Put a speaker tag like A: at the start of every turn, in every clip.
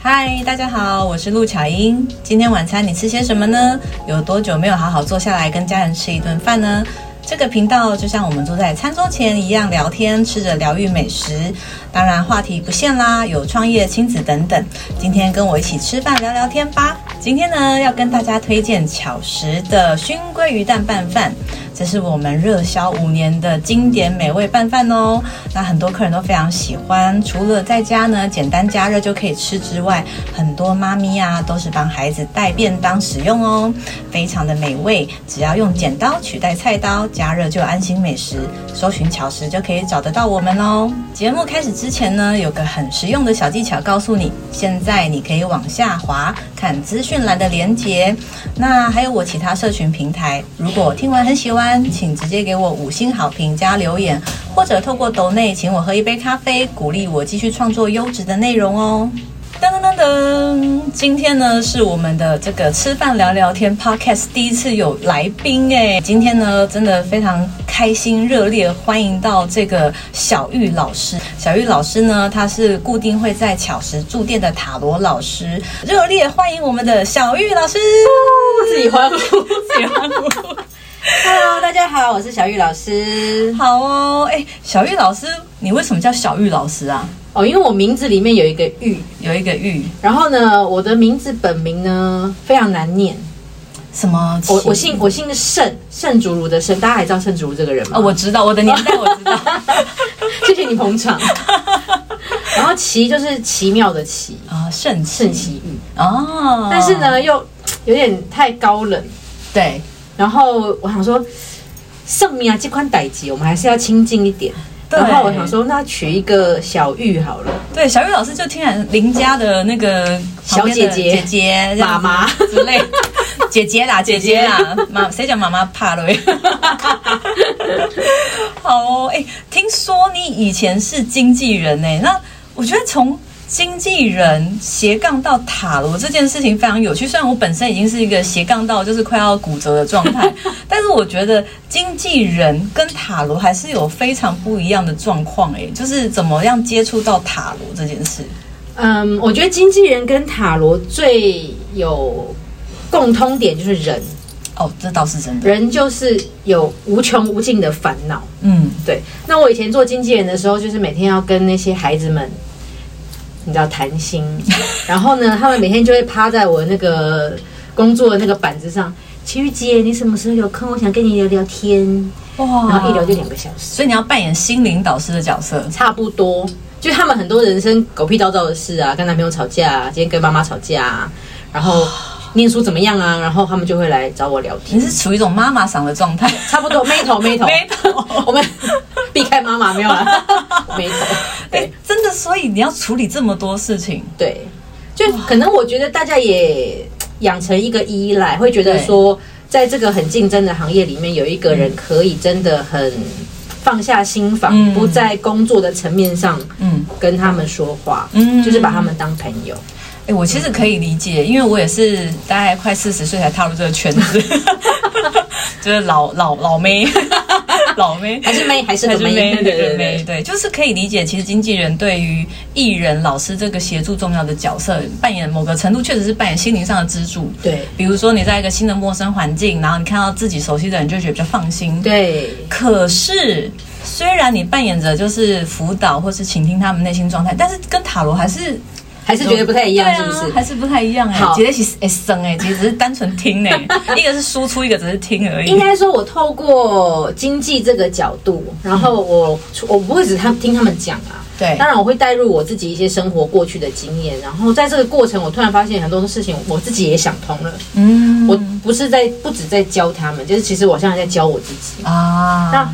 A: 嗨，大家好，我是陆巧英。今天晚餐你吃些什么呢？有多久没有好好坐下来跟家人吃一顿饭呢？这个频道就像我们坐在餐桌前一样聊天，吃着疗愈美食，当然话题不限啦，有创业、亲子等等。今天跟我一起吃饭聊聊天吧。今天呢，要跟大家推荐巧食的熏鲑鱼蛋拌饭，这是我们热销五年的经典美味拌饭哦。那很多客人都非常喜欢，除了在家呢简单加热就可以吃之外，很多妈咪啊都是帮孩子带便当使用哦，非常的美味。只要用剪刀取代菜刀，加热就有安心美食，搜寻巧食就可以找得到我们哦。节目开始之前呢，有个很实用的小技巧告诉你，现在你可以往下滑看资讯栏的连结。那还有我其他社群平台，如果听完很喜欢，请直接给我五星好评加留言，或者透过抖内请我喝一杯咖啡，鼓励我继续创作优质的内容哦。噔噔噔噔！今天呢是我们的这个吃饭聊聊天 podcast 第一次有来宾哎，今天呢真的非常开心热烈欢迎到这个小玉老师。小玉老师呢，他是固定会在巧石驻店的塔罗老师，热烈欢迎我们的小玉老师。
B: 自己欢呼，自己欢呼。Hello，大家好，我是小玉老师。
A: 好哦，哎，小玉老师，你为什么叫小玉老师啊？
B: 哦，因为我名字里面有一个玉，
A: 有一个玉，
B: 然后呢，我的名字本名呢非常难念。
A: 什么奇？
B: 我我姓我姓盛，盛竹如的盛，大家还知道盛竹如这个人吗？
A: 啊，我知道我的年代，我知道。
B: 谢谢你捧场。然后奇就是奇妙的奇，
A: 啊，圣
B: 盛
A: 气
B: 奇玉，
A: 哦，
B: 但是，呢又有点太高冷。
A: 对，
B: 然后我想说，盛明啊这款歹集，我们还是要亲近一点。
A: 对
B: 然后我想说，那取一个小玉好了。
A: 对，小玉老师就听然邻家的那个旁边的
B: 小姐姐
A: 姐姐、这样
B: 妈妈
A: 子之 类，姐姐啦，姐姐啦，妈，谁讲妈妈怕 了？好哦，哎、听说你以前是经纪人呢、那我觉得从。经纪人斜杠到塔罗这件事情非常有趣，虽然我本身已经是一个斜杠到就是快要骨折的状 态，但是我觉得经纪人跟塔罗还是有非常不一样的状况，哎，就是怎么样接触到塔罗这件事。
B: 嗯，我觉得经纪人跟塔罗最有共通点就是人，
A: 哦，这倒是真的。
B: 人就是有无穷无尽的烦恼。
A: 嗯，
B: 对，那我以前做经纪人的时候，就是每天要跟那些孩子们，你知道谈心，然后呢， 他们每天就会趴在我那个工作的那个板子上，奇遇姐，你什么时候有空？我想跟你聊聊天，
A: 哇
B: 然后一聊就两个小时。
A: 所以你要扮演心灵导师的角色。
B: 差不多。就他们很多人生狗屁叨叨的事啊，跟男朋友吵架啊，今天跟妈妈吵架啊，然后
A: 哦
B: 念书怎么样啊，然后他们就会来找我聊
A: 你
B: 天，
A: 是处于一种妈妈嗓的状 态，
B: 差不多妹头妹头，
A: 没头。
B: 我们避开妈妈没 有啊，妹头，
A: 哎
B: 对，
A: 真的，所以你要处理这么多事情，
B: 对，就可能我觉得大家也养成一个依赖，会觉得
A: 对
B: 说，在这个很竞争的行业里面，有一个人可以真的很放下心房，
A: 嗯
B: 不在工作的层面上
A: 嗯，
B: 跟他们说话，
A: 嗯
B: 就是把他们当朋友。
A: 哎、我其实可以理解，因为我也是大概快四十岁才踏入这个圈 子，就是老老老妹， 老妹
B: 还是 妹，还是
A: 还
B: 个
A: 是
B: 妹，
A: 妹，
B: 对
A: 对对对
B: 对对。
A: 对，就是可以理解。其实经纪人对于艺人、老师这个协助重要的角色，扮演某个程度确实是扮演心灵上的支柱。
B: 对
A: 比如说你在一个新的陌生环境，然后你看到自己熟悉的人，就会觉得比较放心。
B: 对
A: 可是，虽然你扮演着就是辅导或是倾听他们内心状态，但是跟塔罗还是
B: 还是觉得不太
A: 对
B: 一样，是
A: 啊
B: 不是？
A: 还是不太一样哎、欸。
B: 好
A: 姐姐其实哎生哎，其实只是单纯听哎、一个是输出，一个只是听而已。
B: 应该说，我透过经济这个角度，然后我我不会只他听他们讲啊，
A: 对
B: 当然我会带入我自己一些生活过去的经验，然后在这个过程，我突然发现很多事情我自己也想通了。
A: 嗯
B: 我不是在不止在教他们，就是其实我现在在教我自己。
A: 啊，
B: 那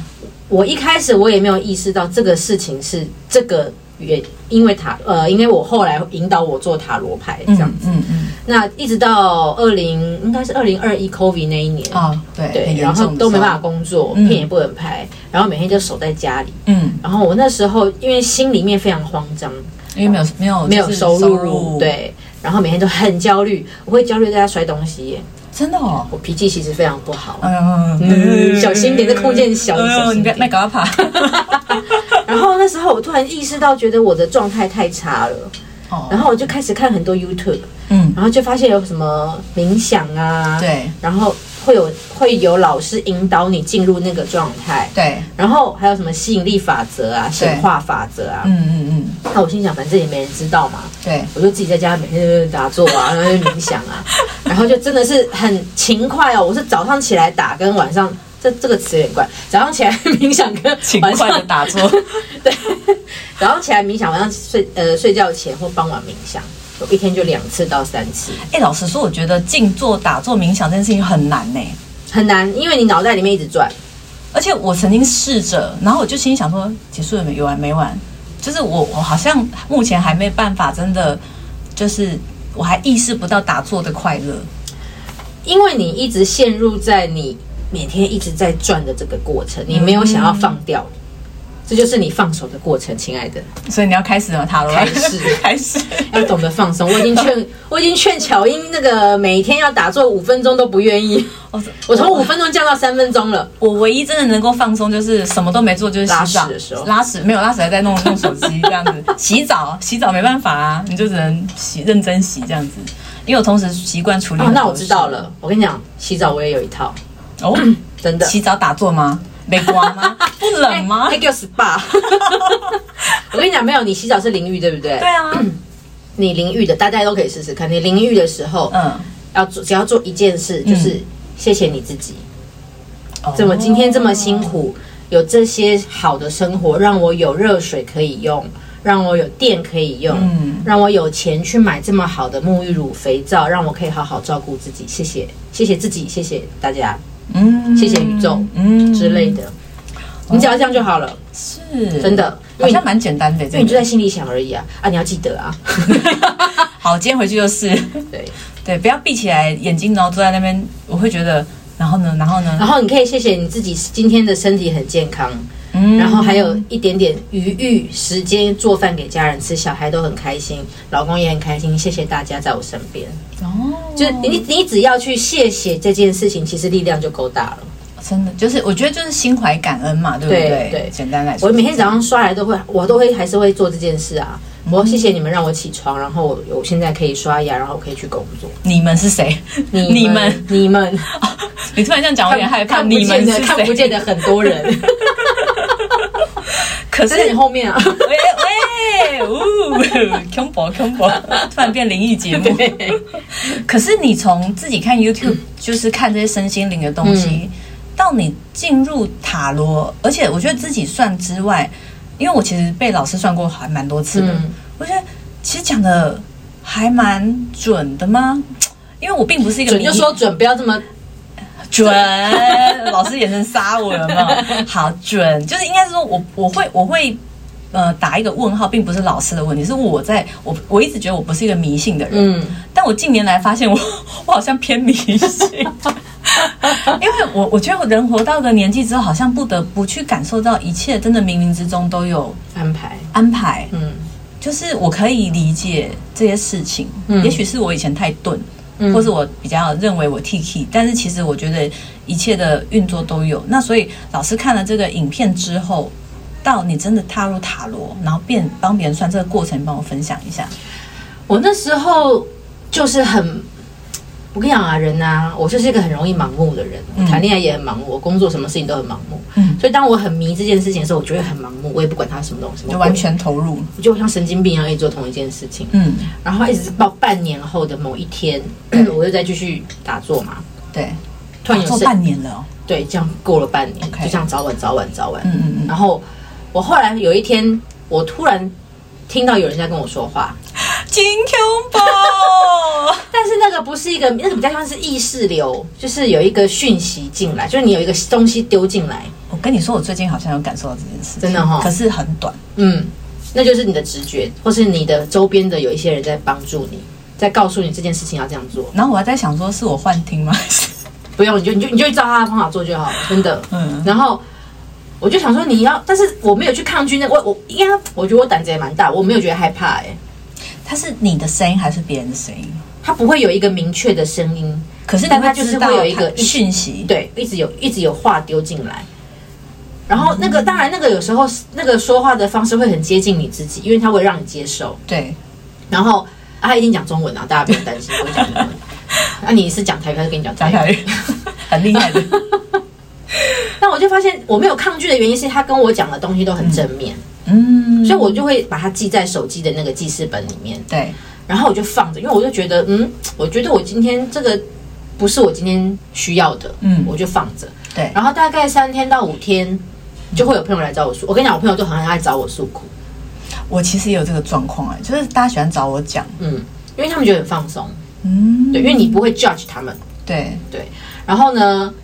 B: 我一开始我也没有意识到这个事情是这个原，因为塔呃，因为我后来引导我做塔罗牌这样子。
A: 嗯嗯
B: 那一直到二零，应该是二零二一 COVID 那一年，
A: 嗯哦，对，很
B: 对，
A: 严
B: 然后
A: 重的
B: 都没
A: 时候
B: 办法工作，
A: 嗯
B: 片也不能拍，然后每天就守在家里。
A: 嗯，
B: 然后我那时候因为心里面非常慌张，
A: 因嗯为没有没有
B: 没有
A: 就是
B: 收入，
A: 入，，
B: 对，然后每天都很焦虑，我会焦虑在家摔东西耶，
A: 真的哦，
B: 我脾气其实非常不好。
A: 嗯
B: 嗯小心点这空间小
A: 哎呦
B: 小
A: 你
B: 心点
A: 不要卖搞 怕，
B: 然后那时候我突然意识到，觉得我的状态太差了，
A: 哦
B: 然后我就开始看很多 YouTube，
A: 嗯，
B: 然后就发现有什么冥想啊，，
A: 对
B: 然后会有会有老师引导你进入那个状态，
A: 对，
B: 然后还有什么吸引力法则啊、神话法则啊。
A: 嗯嗯嗯，
B: 那我心想，反正也没人知道嘛，
A: 对，
B: 我就自己在家每天就是打坐 啊，然后就冥想啊，然后就真的是很勤快哦。我是早上起来打，跟晚上这这个词有点怪，早上起来冥想跟
A: 勤
B: 晚
A: 快的
B: 上
A: 打坐，
B: 对，早上起来冥想，晚上睡呃睡觉前或傍晚冥想，我一天就两次到三次，
A: 哎，老实说，我觉得静坐、打坐、冥想这件事情很难呢、
B: 很难，因为你脑袋里面一直转。
A: 而且我曾经试着，然后我就心里想说，结束了没？有完没完？就是我，我好像目前还没办法，真的，就是我还意识不到打坐的快乐。
B: 因为你一直陷入在你每天一直在转的这个过程，你没有想要放掉，这就是你放手的过程，亲爱的，
A: 所以你要开始了，塔罗
B: 开始
A: 开始。
B: 要懂得放松。我已经劝， 我已经劝巧英那个每天要打坐五分钟都不愿意，
A: 我
B: 我从五分钟降到三分钟了。
A: 我唯一真的能够放松，就是什么都没做，就是洗
B: 拉
A: 澡
B: 屎的时候
A: 拉屎没有拉屎还在弄弄手机这样子，洗澡洗澡没办法啊，你就只能洗认真洗这样子。因为我同时习惯处理
B: 哦
A: 很，多
B: 那我知道了。我跟你讲，洗澡我也有一套，
A: 事哦，
B: 真的。
A: 洗澡打坐吗？没光 吗？哎不冷吗？
B: 哎那叫 SPA。我跟你讲，没有，你洗澡是淋浴，对不对？
A: 对啊，
B: 你淋浴的，大家都可以试试看。你淋浴的时候，
A: 嗯，
B: 要做，只要做一件事，就是谢谢你自己。
A: 哦
B: 这么今天这么辛苦，有这些好的生活，让我有热水可以用，让我有电可以用，
A: 嗯
B: 让我有钱去买这么好的沐浴乳、肥皂，让我可以好好照顾自己。谢谢，谢谢自己，谢谢大家
A: 嗯
B: 谢谢宇宙
A: 嗯
B: 之类的。你只要这样就好了，
A: 是
B: 真，的，因
A: 好
B: 为你
A: 像蛮简单的
B: 因
A: 这
B: 为你就
A: 个。
B: 在心里想而已啊啊！你要记 得啊，
A: 好，今天回去就是
B: 对。
A: 对，不要闭起来眼睛，然后坐在那边，我会觉得，然后呢，然后呢，
B: 然后你可以谢谢你自己今天的身体很健康，
A: 嗯
B: 然后还有一点点余裕时间做饭给家人吃，小孩都很开心，老公也很开心，谢谢大家在我身边。
A: 哦，
B: 就是你你只要去谢谢这件事情，其实力量就够大了。
A: 真的就是，我觉得就是心怀感恩嘛，对不
B: 对对
A: 简单来说，
B: 我每天早上刷牙都会，我都会还是会做这件事啊。
A: 嗯
B: 我谢谢你们让我起床，然后我我现在可以刷牙，然后我可以去工作。
A: 你们是谁？你们，
B: 你们，
A: 你突然这样讲，我有点害怕。
B: 看不
A: 你们
B: 见的
A: 是
B: 看不
A: 谁？
B: 见的很 多人，
A: 可是
B: 在你后面啊。
A: 喂喂，呜，combo combo，突然变灵异节目。可是你从自己看 YouTube，就是看这些身心灵的东
B: 嗯
A: 西，到你进入塔罗，而且我觉得自己算之外，因为我其实被老师算过还蛮多次的，
B: 嗯
A: 我觉得其实讲的还蛮准的吗？因为我并不是一个
B: 准
A: 迷
B: 就说准，不要这么
A: 准，老师眼神杀我了嘛？好准，就是应该是说我我会我会呃打一个问号，并不是老师的问题，是我在我我一直觉得我不是一个迷信的人，
B: 嗯。
A: 但我近年来发现我我好像偏迷信，因为我我觉得我人活到个年纪之后，好像不得不去感受到一切真的冥冥之中都有
B: 安排。
A: 安排，
B: 嗯
A: 就是我可以理解这些事情，
B: 嗯
A: 也许是我以前太钝，
B: 嗯
A: 或是我比较认为我 T K，但是其实我觉得一切的运作都有。那所以老师看了这个影片之后，到你真的踏入塔罗，然后变帮别人算这个过程，帮我分享一下。
B: 我那时候就是很，我跟你讲啊，人啊，我就是一个很容易盲目的人，我谈恋爱也很盲目，我工作什么事情都很盲目。
A: 嗯
B: 所以当我很迷这件事情的时候，我就会很盲目，我也不管它什么东西，
A: 就完全投入，
B: 我就像神经病一样一直做同一件事情，
A: 嗯，
B: 然后一直到半年后的某一天，我又再继续打坐嘛。
A: 对，
B: 突然有
A: 做
B: 事
A: 半年了哦，
B: 对，这样过了半年
A: OK
B: 就这样早晚早晚早晚。
A: 嗯嗯嗯，
B: 然后我后来有一天，我突然听到有人在跟我说话，
A: 金 Q 宝，
B: 但是那个不是一个，那个比较像是意识流，就是有一个讯息进来，就是你有一个东西丢进来，
A: 我跟你说，我最近好像有感受到这件事情，
B: 真的哦
A: 可是很短，
B: 嗯，那就是你的直觉，或是你的周边的有一些人在帮助你，在告诉你这件事情要这样做，
A: 然后我还在想说，是 我幻听吗？
B: 不用，你就你就你就照他的方法做就好，真的。
A: 嗯
B: 然后我就想说你要，但是我没有去抗拒那个，我我应该，我觉得我胆子也蛮大，我没有觉得害怕、欸，哎，
A: 它是你的声音还是别人的声音？
B: 他不会有一个明确的声音，
A: 可是你
B: 但它
A: 会
B: 就是
A: 知道
B: 会有一个
A: 它讯息，
B: 对，一直有一直有话丢进来。然后那个当然那个有时候是那个说话的方式会很接近你自己，因为他会让你接受。
A: 对，
B: 然后、啊、他一定讲中文啊，大家不用担心，我讲中文。 那、啊、你是讲台语还是跟你讲
A: 讲
B: 台
A: 台
B: 语？
A: 语 很厉害的，
B: 那我就发现我没有抗拒的原因是他跟我讲的东西都很正面，
A: 嗯，
B: 所以我就会把它记在手机的那个记事本里面，
A: 对，
B: 然后我就放着，因为我就觉得，嗯，我觉得我今天这个不是我今天需要的，
A: 嗯
B: 我就放着。
A: 对
B: 然后大概三天到五天，就会有朋友来找我诉。我跟你讲，我朋友就很爱找我诉苦，
A: 我其实也有这个状况哎，就是大家喜欢找我讲，
B: 嗯，因为他们觉得很放松，
A: 嗯，
B: 对，因为你不会 judge 他们，
A: 对，
B: 对。然后呢，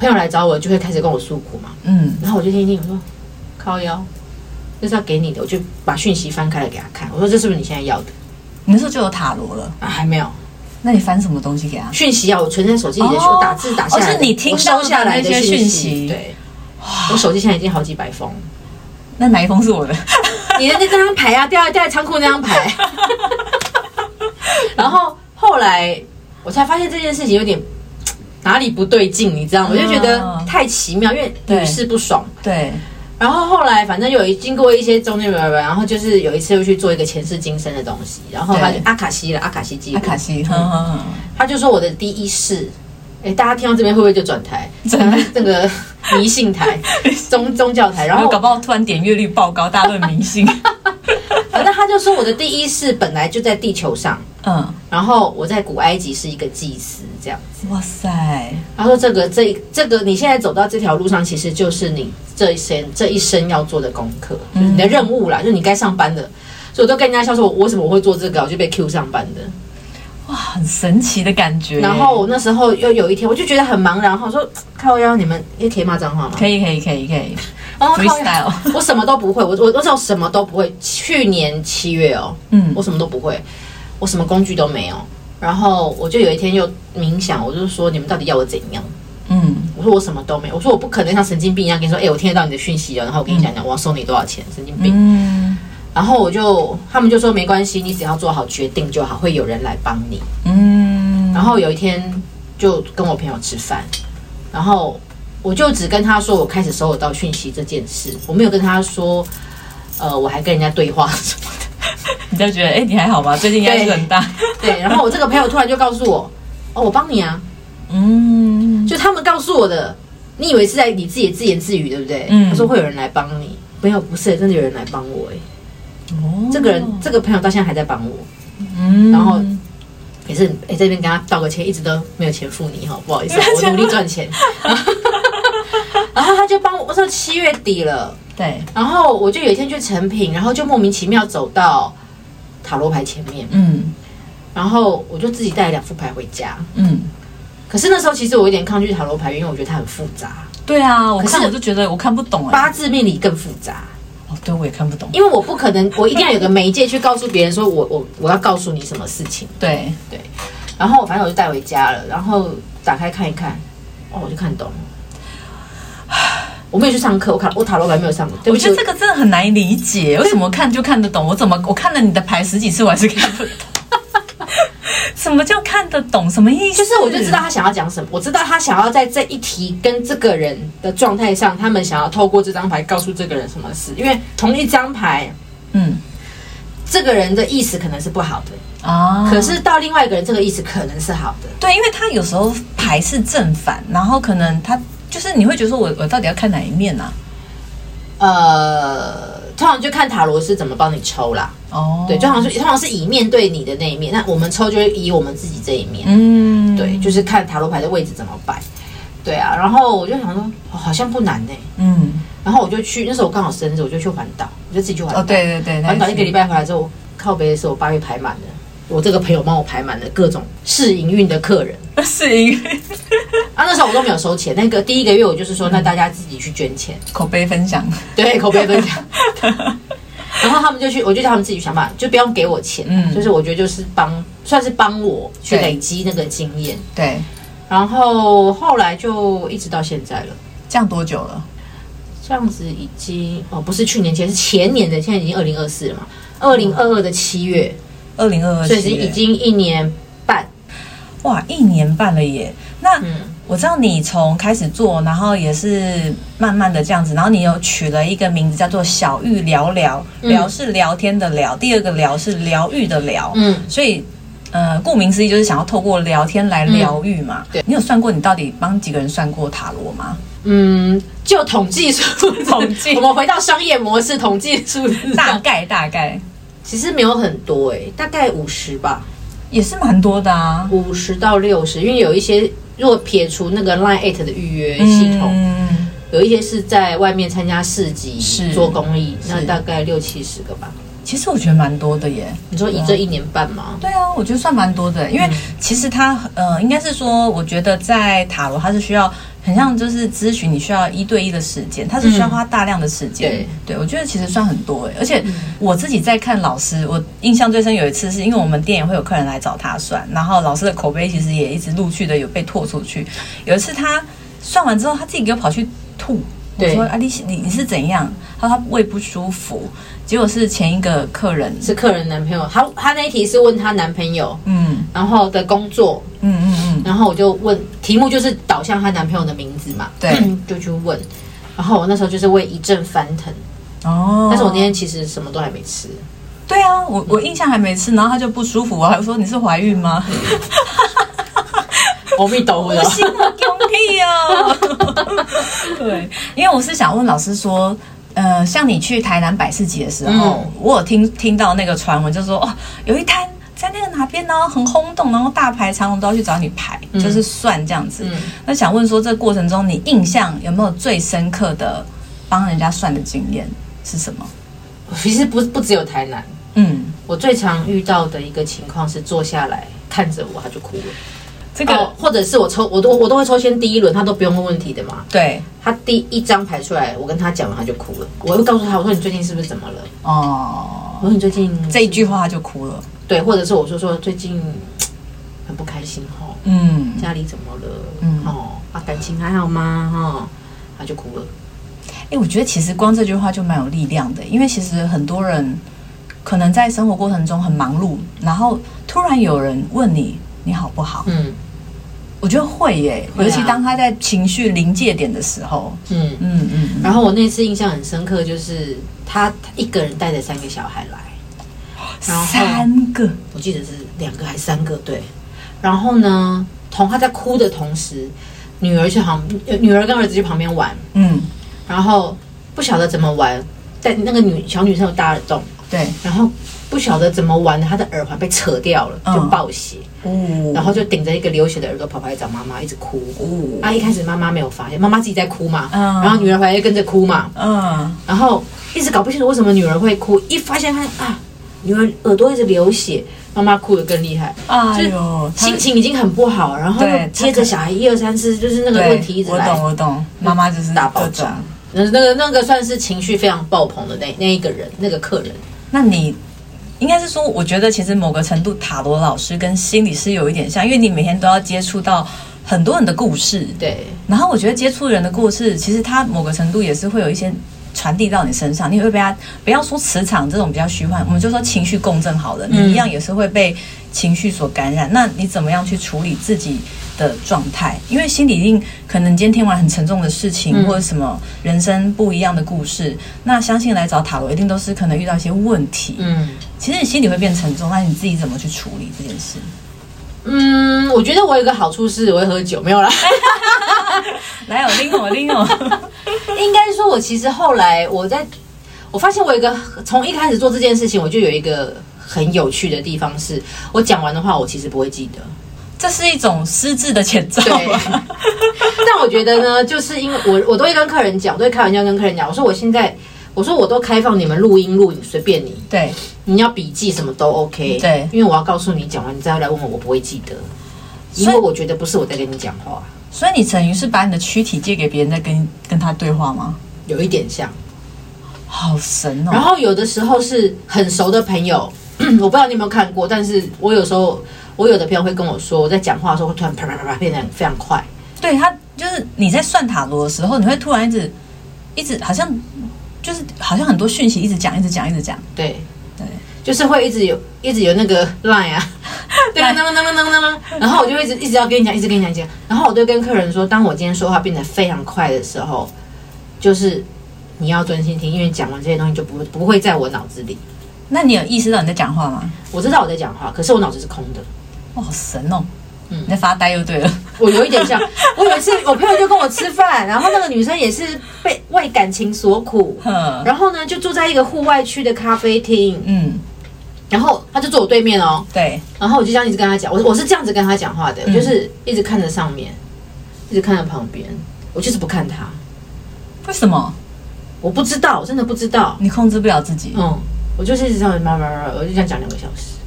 B: 朋友来找我就会开始跟我诉苦嘛，
A: 嗯，
B: 然后我就听一听，我说靠腰，这是要给你的，我就把讯息翻开来给他看，我说这是不是你现在要的？
A: 你那时候就有塔罗了，
B: 啊，还没有
A: 那你翻什么东西给他？
B: 讯息啊，我存在手机里的，
A: 哦
B: 我打字打下来
A: 哦
B: 的，
A: 是你听
B: 我
A: 到
B: 收
A: 的
B: 下来的
A: 那些
B: 讯
A: 讯息
B: 对。我手机现在已经好几百封，
A: 那哪一封是我的？
B: 你的那张牌啊，掉在掉在仓库那张牌。 然后后来我才发现这件事情有点哪里不对劲，你知道吗？我就觉得
A: 嗯
B: 太奇妙，因为
A: 对
B: 屡试不爽。
A: 对，
B: 然后后来反正有一经过一些中间吧，然后就是有一次又去做一个前世今生的东西，然后他就
A: 对
B: 阿卡西了，阿卡西记录
A: 阿，卡西，
B: 嗯
A: 嗯哼哼哼，
B: 他就说我的第一世。哎，大家听到这边会不会就转台？
A: 真的
B: 这个迷信 台、宗宗教台，然
A: 然
B: 后
A: 后搞不好突然点阅率爆高，大家都很迷 信，
B: 反正他就说我的第一世本来就在地球上，
A: 嗯，
B: 然后我在古埃及是一个祭司这样。
A: 哇塞，
B: 他说这个这这个你现在走到这条路上，其实就是你这一生这一生要做的功课，
A: 嗯
B: 就是你的任务啦，就是你该上班的。所以我都跟人家笑说，我为什么我会做这个，我就被 Q 上班的。
A: 哇，很神奇的感觉。
B: 然后那时候又有一天，我就觉得很茫然，我说靠腰，你们也可以骂脏话吗？
A: 可以可以可以可以
B: 然后靠腰，
A: ，freestyle，
B: 我什么都不会，我我我这种什么都不会。去年七月哦，
A: 嗯
B: 我什么都不会，我什么工具都没有。然后我就有一天又冥想，我就说你们到底要我怎样？
A: 嗯，
B: 我说我什么都没有，我说我不可能像神经病一样跟你说，哎、我听得到你的讯息了，然后我跟你讲讲我要收你多少钱，神经病。
A: 嗯
B: 然后我就他们就说没关系，你只要做好决定就好，会有人来帮你。
A: 嗯，
B: 然后有一天就跟我朋友吃饭，然后我就只跟他说我开始收得到讯息这件事，我没有跟他说，呃，我还跟人家对话 什么的。
A: 你就觉得哎，你还好吗？最近压力很大，
B: 对，然后我这个朋友突然就告诉我，哦，我帮你啊，
A: 嗯，
B: 就他们告诉我的，你以为是在你自己自言自语，对不对？
A: 嗯
B: 他说会有人来帮你，没有，不是，真的有人来帮我哎、
A: 哦
B: 这个人，这个朋友到现在还在帮我，
A: 嗯
B: 然后可是哎、这边跟他道个歉，一直都没有钱付你哈，不好意思啊，我努力赚钱。 然后他就帮我，我说七月底了，
A: 对，
B: 然后我就有一天去成品，然后就莫名其妙走到塔罗牌前面，
A: 嗯
B: 然后我就自己带了两副牌回家。
A: 嗯。
B: 可是那时候其实我有点抗拒塔罗牌，因为我觉得它很复杂，
A: 对啊，我
B: 可是
A: 看我就觉得我看不懂哎、
B: 八字命理更复杂。
A: 哦，对我也看不懂。
B: 因为我不可能，我一定要有个媒介去告诉别人说我我我要告诉你什么事情。
A: 对，
B: 然后反正我就带回家了，然后打开看一看，哦，我就看懂了。我没有去上课，我卡我塔罗牌没有上过，对
A: 我
B: 不起
A: 觉得，这个真的很难理解，为什么看就看得懂？我怎么我看了你的牌十几次，我还是看不懂？ 什么叫看得懂？什么意思？
B: 就是我就知道他想要讲什么，我知道他想要在这一题跟这个人的状态上，他们想要透过这张牌告诉这个人什么事，因为同一张牌，
A: 嗯
B: 这个人的意思可能是不好的，
A: 啊，
B: 可是到另外一个人，这个意思可能是好的。
A: 对，因为他有时候牌是正反，然后可能他就是你会觉得说我我到底要看哪一面啊？
B: 呃，通常就看塔罗是怎么帮你抽啦。
A: 哦，
B: 对，就好像是通常是以面对你的那一面，那我们抽就是以我们自己这一面，
A: 嗯，
B: 对，，就是看塔罗牌的位置怎么摆，对啊。然后我就想说，哦、好像不难呢、
A: 嗯，
B: 然后我就去，那时候我刚好生日，我就去环岛，我就自己去环岛。
A: 哦，对对对，那
B: 环岛
A: 是
B: 一个礼拜回来之后，靠北的时候，我八月排满了，我这个朋友帮我排满了各种试营运的客人。
A: 是因为
B: 啊，那时候我都没有收钱，那个第一个月我就是说，那大家自己去捐钱，
A: 口碑分享，
B: 对，口碑分享。 然后他们就去，我就叫他们自己想办法，就不用给我钱，
A: 嗯
B: 就是我觉得就是帮，算是帮我去
A: 对
B: 累积那个经验。
A: 对，
B: 然后后来就一直到现在了，
A: 这样多久了？
B: 这样子已经哦，不是去年前是前年的，现在已经二零二四了嘛，二零二二的七月，
A: 二零二二，
B: 所以已经已经一年半。
A: 哇，一年半了耶！那
B: 嗯，
A: 我知道你从开始做，然后也是慢慢的这样子，然后你有取了一个名字叫做“小玉聊聊”，
B: 嗯
A: 聊是聊天的聊，第二个聊是疗愈的聊，
B: 嗯，
A: 所以。呃，顾名思义就是想要透过聊天来疗愈嘛。
B: 嗯对
A: 你有算过你到底帮几个人算过塔罗吗？
B: 嗯，就统计数字，
A: 统计
B: 我们回到商业模式，统计数字
A: 大
B: 上，
A: 概大概
B: 其实没有很多诶、大概五十吧，
A: 也是蛮多的啊。
B: 五十到六十，因为有一些如果撇除那个 Line at 的预约系统，
A: 嗯
B: 有一些是在外面参加市集
A: 是
B: 做公益，
A: 是
B: 那大概六七十个吧。
A: 其实我觉得蛮多的耶。
B: 你说以这一年半吗？
A: 对啊，我觉得算蛮多的，因为其实它呃，应该是说，我觉得在塔罗它是需要很像就是咨询，你需要一对一的时间，它是需要花大量的时间。
B: 对
A: 对，我觉得其实算很多诶。而且我自己在看老师，我印象最深有一次是因为我们店也会有客人来找他算，然后老师的口碑其实也一直陆续的有被拓出去。有一次他算完之后，他自己给我跑去吐。我
B: 对
A: 说啊，你你你是怎样？他说他胃不舒服，结果是前一个客人，
B: 是客人男朋友，她她那一题是问她男朋友，
A: 嗯
B: 然后的工作，
A: 嗯嗯嗯，
B: 然后我就问题目就是导向她男朋友的名字嘛，
A: 对，
B: 就去问，然后我那时候就是胃一阵翻腾，
A: 哦，
B: 但是我那天其实什么都还没吃，
A: 对啊，我我印象还没吃，然后他就不舒服，我还说你是怀孕 吗？
B: 我没抖我
A: 不行，我丢啊屁哦。 对，因为我是想问老师说。呃，像你去台南百事节的时候，
B: 嗯
A: 我有听听到那个传闻，就说哦，有一摊在那个哪边呢，哦很轰动，然后大排长龙都要去找你排，就是算这样子。
B: 嗯
A: 那想问说，这过程中你印象有没有最深刻的帮人家算的经验是什么？
B: 其实不不只有台南，
A: 嗯，
B: 我最常遇到的一个情况是坐下来看着我他就哭了，
A: 这个、
B: 哦或者是我抽我都我都会抽签第一轮他都不用问问题的嘛，
A: 对
B: 他第一张牌出来，我跟他讲完他就哭了，我又告诉他我说你最近是不是怎么了？
A: 哦，
B: 我说你最近
A: 这一句话他就哭了。
B: 对，或者是我说说最近很不开心哦，
A: 嗯，
B: 家里怎么了？
A: 嗯
B: 哦，啊，感情还好吗？哈、哦，他就哭了。
A: 哎、我觉得其实光这句话就蛮有力量的，因为其实很多人可能在生活过程中很忙碌，然后突然有人问你你好不好，
B: 嗯
A: 我觉得会耶、
B: 会啊
A: 尤其当他在情绪临界点的时候，
B: 嗯。
A: 嗯嗯，
B: 然后我那次印象很深刻，就是他他一个人带着三个小孩来，然后
A: 三个，
B: 我记得是两个还是三个，对。然后呢，同他在哭的同时，女儿去旁，呃女儿跟儿子去旁边玩，
A: 嗯，
B: 然后不晓得怎么玩，但那个女小女生有大耳洞，
A: 对，
B: 然后不晓得怎么玩，她的耳环被扯掉了，就
A: 嗯
B: 爆血。
A: 哦
B: 然后就顶着一个流血的耳朵跑回来找妈妈，一直哭。
A: 哦，
B: 啊，一开始妈妈没有发现，妈妈自己在哭嘛，
A: 嗯
B: 然后女儿回来就跟着哭嘛，
A: 嗯，
B: 然后一直搞不清楚为什么女儿会哭，一发现她啊，女儿耳朵一直流血，妈妈哭得更厉害，
A: 哎
B: 就是
A: 呦，他
B: 心情已经很不好，然后
A: 对
B: 又接着小孩一二三四，就是那个
A: 对
B: 问题一直
A: 我
B: 来
A: 懂，我懂，妈妈就是
B: 大爆
A: 这种
B: 炸。那那个那个算是情绪非常爆棚的那那一个人，那个客人，
A: 那你应该是说，我觉得其实某个程度，塔罗老师跟心理师有一点像，因为你每天都要接触到很多人的故事，
B: 对，
A: 然后我觉得接触人的故事，其实它某个程度也是会有一些。传递到你身上，你会被他不要说磁场这种比较虚幻，我们就说情绪共振好了，你一样也是会被情绪所感染。那你怎么样去处理自己的状态？因为心里一定可能今天听完很沉重的事情，或者什么人生不一样的故事，那相信来找塔罗一定都是可能遇到一些问题，
B: 嗯。
A: 其实你心里会变沉重，那你自己怎么去处理这件事？
B: 嗯，我觉得我有一个好处是我会喝酒，没有啦。
A: 来哦，拎哦，拎哦，
B: 应该说，我其实后来我在，我发现我有一个从一开始做这件事情，我就有一个很有趣的地方是，我讲完的话，我其实不会记得。
A: 这是一种失智的前兆吧。
B: 但我觉得呢， 就是因为我我都会跟客人讲，我都会开玩笑跟客人讲，我说我现在。我说我都开放你们录音录影，随便你，
A: 对，
B: 你要笔记什么都 OK。
A: 对
B: 因为我要告诉你讲完，你再来问我，我不会记得，因
A: 所以
B: 为我觉得不是我在跟你讲话，
A: 所以你等于是把你的躯体借给别人，在跟跟他对话吗？
B: 有一点像。
A: 好神
B: 然
A: 哦！
B: 后有的时候是很熟的朋友， 我不知道你有没有看过，但是我有时候我有的朋友会跟我说，我在讲话的时候会突然啪啪啪啪变得非常快，
A: 对他，就是你在算塔罗的时候，你会突然一直一直好像就是好像很多讯息一直讲，一直讲，一直讲。
B: 对
A: 对，
B: 就是会一直有一直有那个 line 啊，对啊，当当当当当当。然后我就一直一直要跟你讲，一直跟你讲，一直讲。然后我就跟客人说，当我今天说话变得非常快的时候，就是你要专心听，因为讲完这些东西就不不会在我脑子里。
A: 那你有意识到你在讲话吗？
B: 我知道我在讲话，可是我脑子是空的。
A: 哇，好神哦！
B: 嗯
A: 你在发呆就对了。
B: 我有一点像，我有一次我朋友就跟我吃饭，然后那个女生也是被为感情所苦，
A: 嗯
B: 然后呢就坐在一个户外区的咖啡厅，
A: 嗯，
B: 然后她就坐我对面哦，
A: 对，
B: 然后我就这样一直跟她讲，我我是这样子跟她讲话的，我就是一直看着上面，一直看着旁边，我就是不看她，
A: 为什么
B: 我不知道，我真的不知道，
A: 你控制不了自己？
B: 嗯，我就是一直这样慢慢慢慢，我就这样讲两个小时。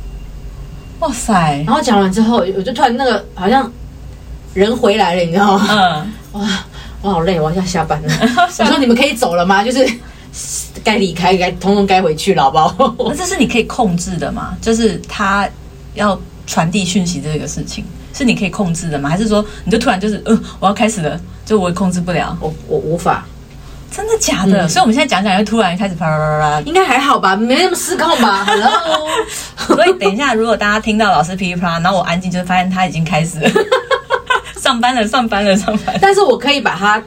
A: 哇塞，
B: 然后讲完之后，我就突然那个好像人回来了，你知道吗？
A: 嗯，
B: 哇，我好累，我要下 班了。我说你们可以走了吗？就是该离开，该通通该回去了，好不好？
A: 那这是你可以控制的吗？就是他要传递讯息这个事情，是你可以控制的吗？还是说你就突然就是，嗯，我要开始了，就我也控制不了？
B: 我我无法，
A: 真的假的？
B: 嗯
A: 所以我们现在讲讲，就突然开始啪啪啪啪啪。
B: 应该还好吧，没那么失控 吧？Hello，
A: 所以等一下，如果大家听到老师噼里啪啦，然后我安静，就发现他已经开始了 上班了，上班了，上班了。
B: 但是我可以把它，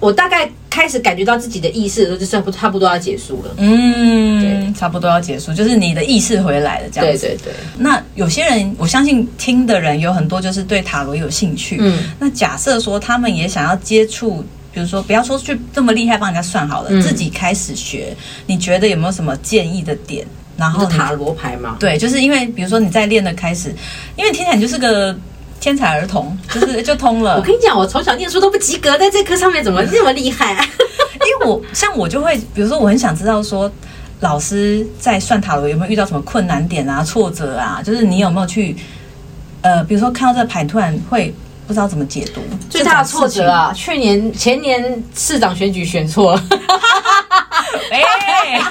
B: 我大概开始感觉到自己的意识的时候，就差不差不多要结束了。
A: 嗯，差不多要结束，就是你的意识回来了，这样
B: 对
A: 子。
B: 对对，
A: 那有些人，我相信听的人有很多就是对塔罗有兴趣。
B: 嗯，
A: 那假设说他们也想要接触，比如说不要说去这么厉害帮人家算好了，
B: 嗯
A: 自己开始学，你觉得有没有什么建议的点？然
B: 然后
A: 后你
B: 塔罗牌嘛，
A: 对，就是因为比如说你在练的开始，因为听起来你就是个天才儿童，就是就通了
B: 我。跟你讲，我从小念书都不及格，在这科上面怎么这么厉害、啊？
A: 因为我像我就会，比如说我很想知道说，老师在算塔罗有没有遇到什么困难点啊、挫折啊，就是你有没有去呃，比如说看到这个牌突然会不知道怎么解读，
B: 最大的挫折啊，去年前年市长选举选错 了，
A: 这种事情，哎、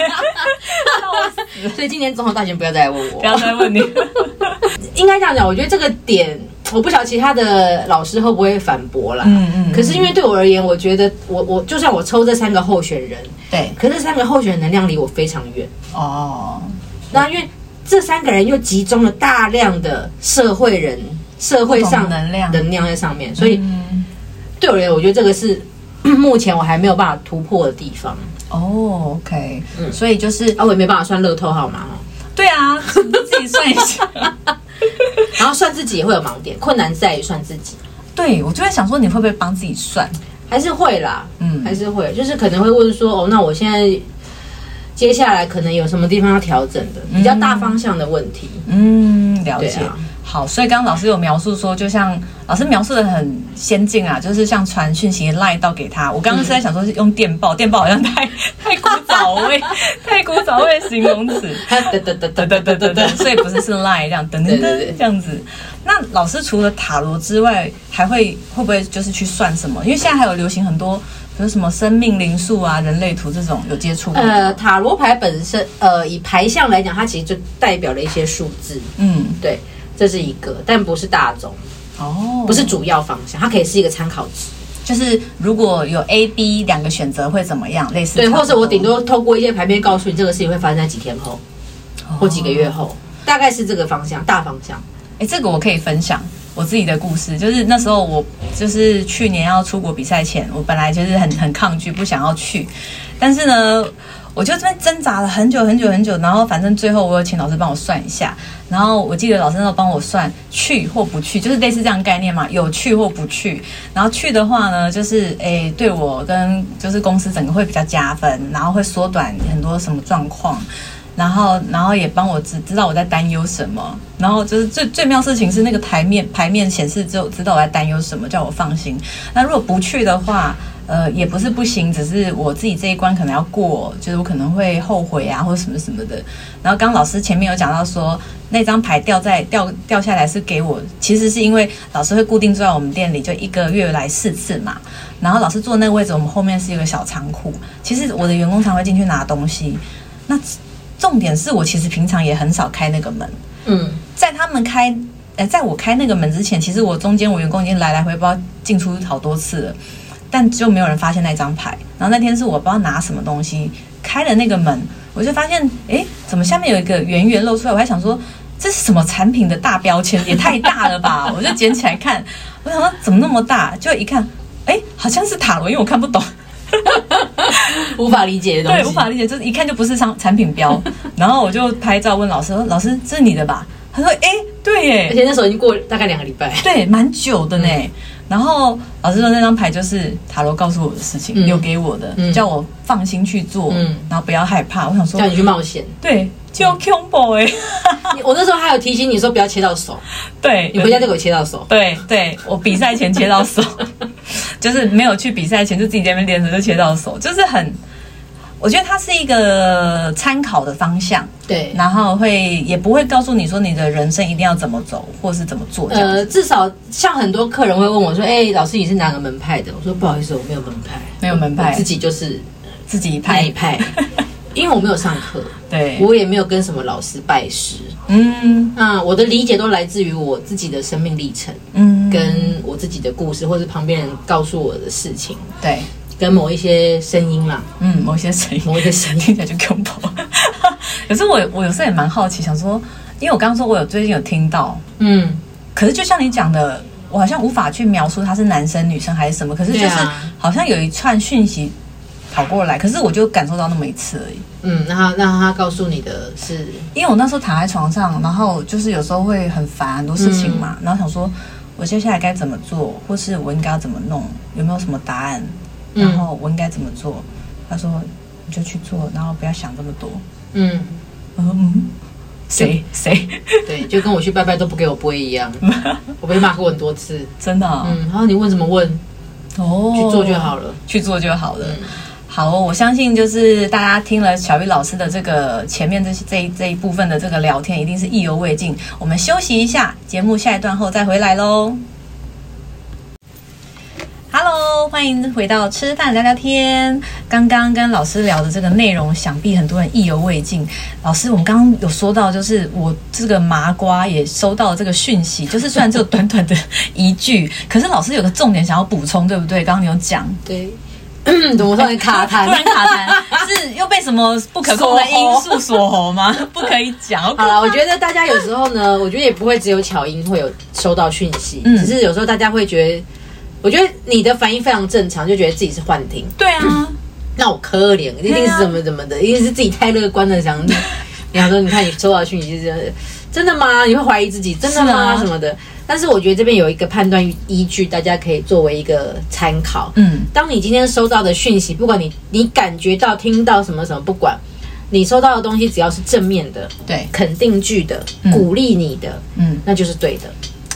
B: 所以今年总统大选不要再来问我
A: 不。要再问你。
B: 应该这样讲，我觉得这个点，我不晓得其他的老师会不会反驳啦。
A: 嗯嗯，
B: 可是因为对我而言，我觉得我我就算我抽这三个候选人，
A: 对
B: 可是这三个候选人能量离我非常远。
A: 哦，
B: 那因为这三个人又集中了大量的社会人、社会
A: 不同
B: 上
A: 的能量
B: 能量在上面，所以
A: 嗯，
B: 对我而言，我觉得这个是 目前我还没有办法突破的地方。
A: 哦，OK，、
B: 嗯
A: 所以就是
B: 啊，我也没办法算乐透号码哦，
A: 对啊，你自己算一下。
B: 然后算自己也会有盲点，困难在于算自己，
A: 对，我就在想说，你会不会帮自己算？
B: 还是会啦。
A: 嗯，
B: 还是会，就是可能会问说，哦，那我现在接下来可能有什么地方要调整的，比较大方向的问 题。
A: 嗯，了
B: 对
A: 解。
B: 啊，
A: 好，所以刚刚老师有描述说，就像老师描述的很先进啊，就是像传讯息赖到给他。我刚刚是在想说，是用电报， 电报好像太太古早味， 太古早味的形容词。
B: 得得得得
A: 噔
B: 得
A: 噔噔
B: 得得
A: 噔
B: 得
A: 噔，，所以不是是赖这样噔噔
B: 对对对
A: 噔这样子。那老师除了塔罗之外，还会会不会就是去算什么？因为现在还有流行很多，比如什么生命灵数啊、人类图这种，有接触过？
B: 呃，塔罗牌本身，呃，以牌象来讲，它其实就代表了一些数字，
A: 嗯，
B: 对，这是一个，但不是大宗，
A: 哦，
B: 不是主要方向，它可以是一个参考值，
A: 就是如果有 A、B 两个选择会怎么样？类似
B: 对，
A: 差不
B: 或
A: 多
B: 者我顶多透过一些牌面告诉你这个事情会发生在几天后
A: 哦
B: 或几个月后，大概是这个方向，大方向。
A: 哎、这个我可以分享我自己的故事，就是那时候我就是去年要出国比赛前，我本来就是很很抗拒，不想要去，但是呢，我就这边挣扎了很久很久很久，然后反正最后我有请老师帮我算一下，然后我记得老师那时候帮我算去或不去，就是类似这样的概念嘛，有去或不去。然后去的话呢，就是诶、对我跟就是公司整个会比较加分，然后会缩短很多什么状况。然后，然后也帮我知知道我在担忧什么。然后就是最最妙事情是那个台面牌面显示之后，知道我在担忧什么，叫我放心。那如果不去的话，呃，也不是不行，只是我自己这一关可能要过，就是我可能会后悔啊，或什么什么的。然后刚刚老师前面有讲到说，那张牌掉在掉掉下来是给我，其实是因为老师会固定坐在我们店里，就一个月来四次嘛。然后老师坐那个位置，我们后面是一个小仓库，其实我的员工常会进去拿东西。那重点是我其实平常也很少开那个门，
B: 嗯，
A: 在他们开，呃，在我开那个门之前，其实我中间我员工已经来来回不知道进出好多次了，但就没有人发现那张牌。然后那天是我不知道拿什么东西开了那个门，我就发现，诶，怎么下面有一个圆圆露出来？我还想说。这是什么产品的大标签，也太大了吧！我就捡起来看，我想说怎么那么大，就一看，哎，好像是塔罗，因为我看不懂，
B: 无法理解的东西，
A: 对，无法理解，就是一看就不是商产品 标。然后我就拍照问老师，我说老师这是你的吧？他说，哎，对
B: 而
A: 耶，
B: 且那时候已经过了大概两个礼拜，
A: 对，蛮久的呢。
B: 嗯
A: 然后老师说那张牌就是塔罗告诉我的事情，
B: 嗯
A: 留给我的，
B: 嗯
A: 叫我放心去做，
B: 嗯
A: 然后不要害怕。我想说
B: 叫，你去冒险。
A: 对，就 combo 哎，
B: 你我那时候还有提醒你说不要切到手，
A: 对，
B: 你回家就给我切到手。
A: 对对，我比赛前切到手， 就是没有去比赛前就自己在那边练着就切到手，就是很，我觉得它是一个参考的方向，
B: 对，
A: 然后会也不会告诉你说你的人生一定要怎么走或是怎么做这样。
B: 呃，至少像很多客人会问我说：“哎、老师，你是哪个门派的？”我说：“不好意思，我没有门派，
A: 没有门
B: 我
A: 派
B: 自，己就是
A: 自己
B: 那一
A: 拍，
B: 派，因为我没有上课，
A: 对，
B: 我也没有跟什么老师拜师。
A: 嗯
B: 那我的理解都来自于我自己的生命历程，
A: 嗯，
B: 跟我自己的故事，或是旁边人告诉我的事情，
A: 对，
B: 跟某一些声音啦，
A: 嗯，某些声音，
B: 某一个声音。
A: 听起来就 combo。可是我我有时候也蛮好奇，想说，因为我刚刚说我有最近有听到
B: 嗯，
A: 可是就像你讲的，我好像无法去描述他是男生女生还是什么，可是就
B: 对
A: 是
B: 啊
A: 好像有一串讯息跑过来，可是我就感受到那么一次而已。
B: 嗯，那他那他告诉你的是，
A: 因为我那时候躺在床上，然后就是有时候会很烦很多事情嘛，
B: 嗯
A: 然后想说我接下来该怎么做，或是我应该要怎么弄，有没有什么答案，然
B: 嗯
A: 后我应该怎么做？他说你就去做，然后不要想这么多。
B: 嗯，
A: 我说嗯，谁谁
B: 对，就跟我去拜拜都不给我播一 样，我被骂过很多次。
A: 真的啊、
B: 嗯，然后你问什么问，
A: 哦，
B: 嗯去做就好了。
A: 去做就好了。
B: 嗯
A: 好哦、我相信就是大家听了小玉老师的这个前面这些这一这一部分的这个聊天，一定是意犹未尽。我们休息一下，节目下一段后再回来喽。Hello，欢迎回到吃饭聊聊天。刚刚跟老师聊的这个内容，想必很多人意犹未尽。老师，我们刚刚有说到，就是我这个麻瓜也收到这个讯息，就是虽然只有短短的一句，可是老师有个重点想要补充，对不对？刚刚你有讲，
B: 对， 怎么突然卡痰？
A: 突然卡痰，是又被什么不可控的因素所吼吗？不可以讲。好可
B: 好
A: 怕
B: 了，我觉得大家有时候呢，我觉得也不会只有巧音会有收到讯息，
A: 嗯
B: 只是有时候大家会觉得，我觉得你的反应非常正常，就觉得自己是幻听，
A: 对啊，
B: 那我可怜，一定是怎么怎么的，一定是自己太乐观 了，想你，你想说，你看你收到讯息是真的真的吗？你会怀疑自己真的吗、
A: 是啊
B: 什么的？但是我觉得这边有一个判断依据，大家可以作为一个参考。
A: 嗯，
B: 当你今天收到的讯息，不管你你感觉到、听到什么什么，不管你收到的东西，只要是正面的、
A: 对，
B: 肯定句的、
A: 嗯
B: 鼓励你的，
A: 嗯，
B: 那就是 对的。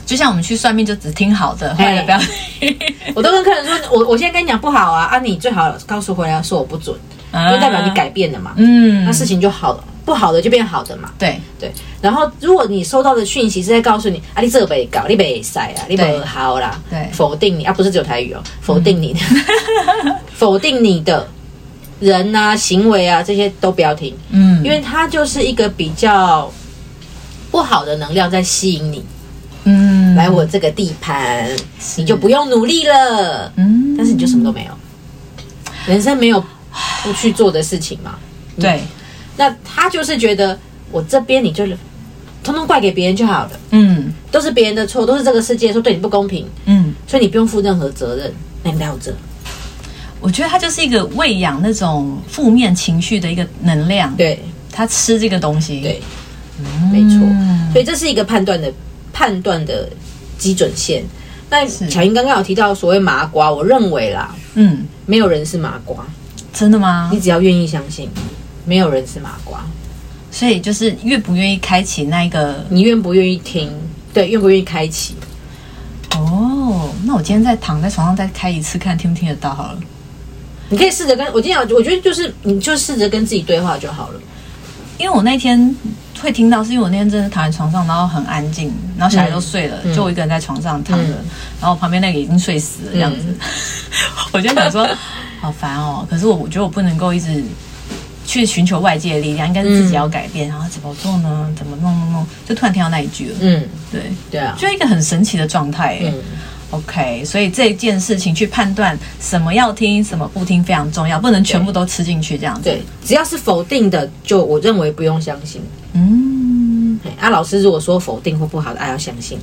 A: 就像我们去算命，就只听好的，坏的不要听。
B: 我都跟客人说，我我现在跟你讲不好啊，啊，你最好告诉回来说我不准，就代表你改变了嘛，
A: 嗯
B: 那，事情就好了，不好的就变好的嘛。
A: 对，
B: 对，然后如果你收到的讯息是在告诉你啊，你这北搞，你北塞啊，你北好啦，
A: 对
B: 否定你啊，不是只有台语哦，否定你的， 否定你的人啊、行为啊这些都不要听，
A: 嗯，
B: 因为它就是一个比较不好的能量在吸引你、
A: 嗯
B: 来，我这个地盘，你就不用努力了，
A: 嗯，
B: 但是你就什么都没有，人生没有不去做的事情嘛。
A: 对，
B: 那他就是觉得我这边你就通通怪给别人就好了。
A: 嗯
B: 都是别人的错，都是这个世界说对你不公平，
A: 嗯，
B: 所以你不用负任何责任。那你来我这，
A: 我觉得它就是一个喂养那种负面情绪的一个能量，
B: 对
A: 它吃这个东西，
B: 对，没错。
A: 嗯
B: 所以这是一个判断的判断的基准线。那
A: 是
B: 巧英刚刚有提到所谓麻瓜，我认为啦，
A: 嗯，
B: 没有人是麻瓜，
A: 真的吗
B: 你？只要愿意相信，没有人是麻瓜。
A: 所以就是愿不愿意开启那一个
B: 你愿不愿意听？对，愿不愿意开启？
A: 哦，那我今天再躺在床上再开一次，看听不听得到好了。
B: 你可以试着跟我今天有，我觉得就是你就试着跟自己对话就好了。
A: 因为我那天会听到，是因为我那天真的躺在床上，然后很安静，然后小孩都睡了，就我一个人在床上躺着，
B: 嗯
A: 然后我旁边那个已经睡死了这样 子。我就想说，好烦哦。可是我我觉得我不能够一直去寻求外界的力量，应该是自己要改变。然后怎么做呢？怎么弄弄弄？就突然听到那一句了，
B: 嗯，
A: 对，
B: 对啊，
A: 就一个很神奇的状态、欸。
B: 嗯，
A: OK，所以这件事情去判断什么要听，什么不听非常重要，不能全部都吃进去这样子。
B: 对，只要是否定的，就我认为不用相信。
A: 嗯，
B: 嘿啊，老师如果说否定或不好的，哎、啊，要相 信，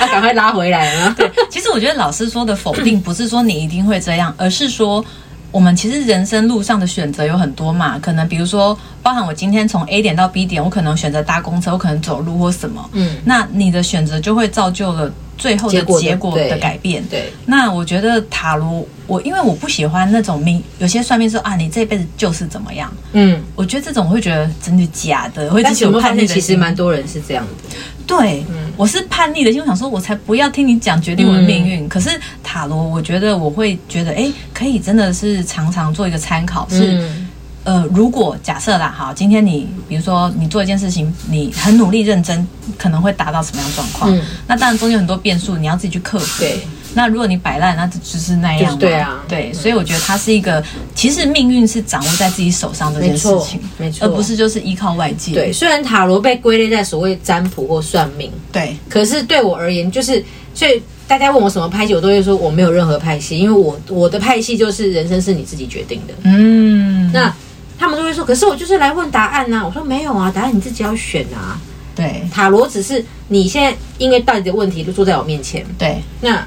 B: 要赶快拉回来啊。对，
A: 其实我觉得老师说的否定，不是说你一定会这样， 而是说我们其实人生路上的选择有很多嘛，可能比如说，包含我今天从 A 点到 B 点，我可能选择搭公车，我可能走路或什么，
B: 嗯，
A: 那你的选择就会造就了最后的
B: 结果的
A: 结果
B: 对
A: 的改变。
B: 对，
A: 那我觉得塔罗，我因为我不喜欢那种命，有些算命说啊，你这辈子就是怎么样。
B: 嗯。
A: 我觉得这种我会觉得真的假的，会
B: 但
A: 自己
B: 是
A: 有
B: 有没有发
A: 叛逆
B: 现，
A: 的
B: 其实
A: 心
B: 蛮多人是这样的。
A: 对，
B: 嗯
A: 我是叛逆的心，我想说，我才不要听你讲决定我的命
B: 嗯
A: 运。可是塔罗，我觉得我会觉得，哎，可以真的是常常做一个参考，是、
B: 嗯
A: 呃，如果假设啦，好，今天你比如说你做一件事情，你很努力认真，可能会达到什么样的状况？
B: 嗯
A: 那当然中间有很多变数，你要自己去克服。
B: 对，
A: 那如果你摆烂，那就就是那样嘛、
B: 就是对啊
A: 对，所以我觉得它是一个，其实命运是掌握在自己手上这件事情，
B: 没错没错
A: 而不是就是依靠外界。
B: 对，虽然塔罗被归类在所谓占卜或算命，
A: 对，
B: 可是对我而言，就是所以大家问我什么派系，我都会说我没有任何派系，因为我我的派系就是人生是你自己决定的。
A: 嗯，
B: 那他们都会说，可是我就是来问答案呐、我说没有啊，答案你自己要选啊。
A: 对
B: 塔罗只是你现在因为到底的问题就坐在我面前，
A: 对
B: 那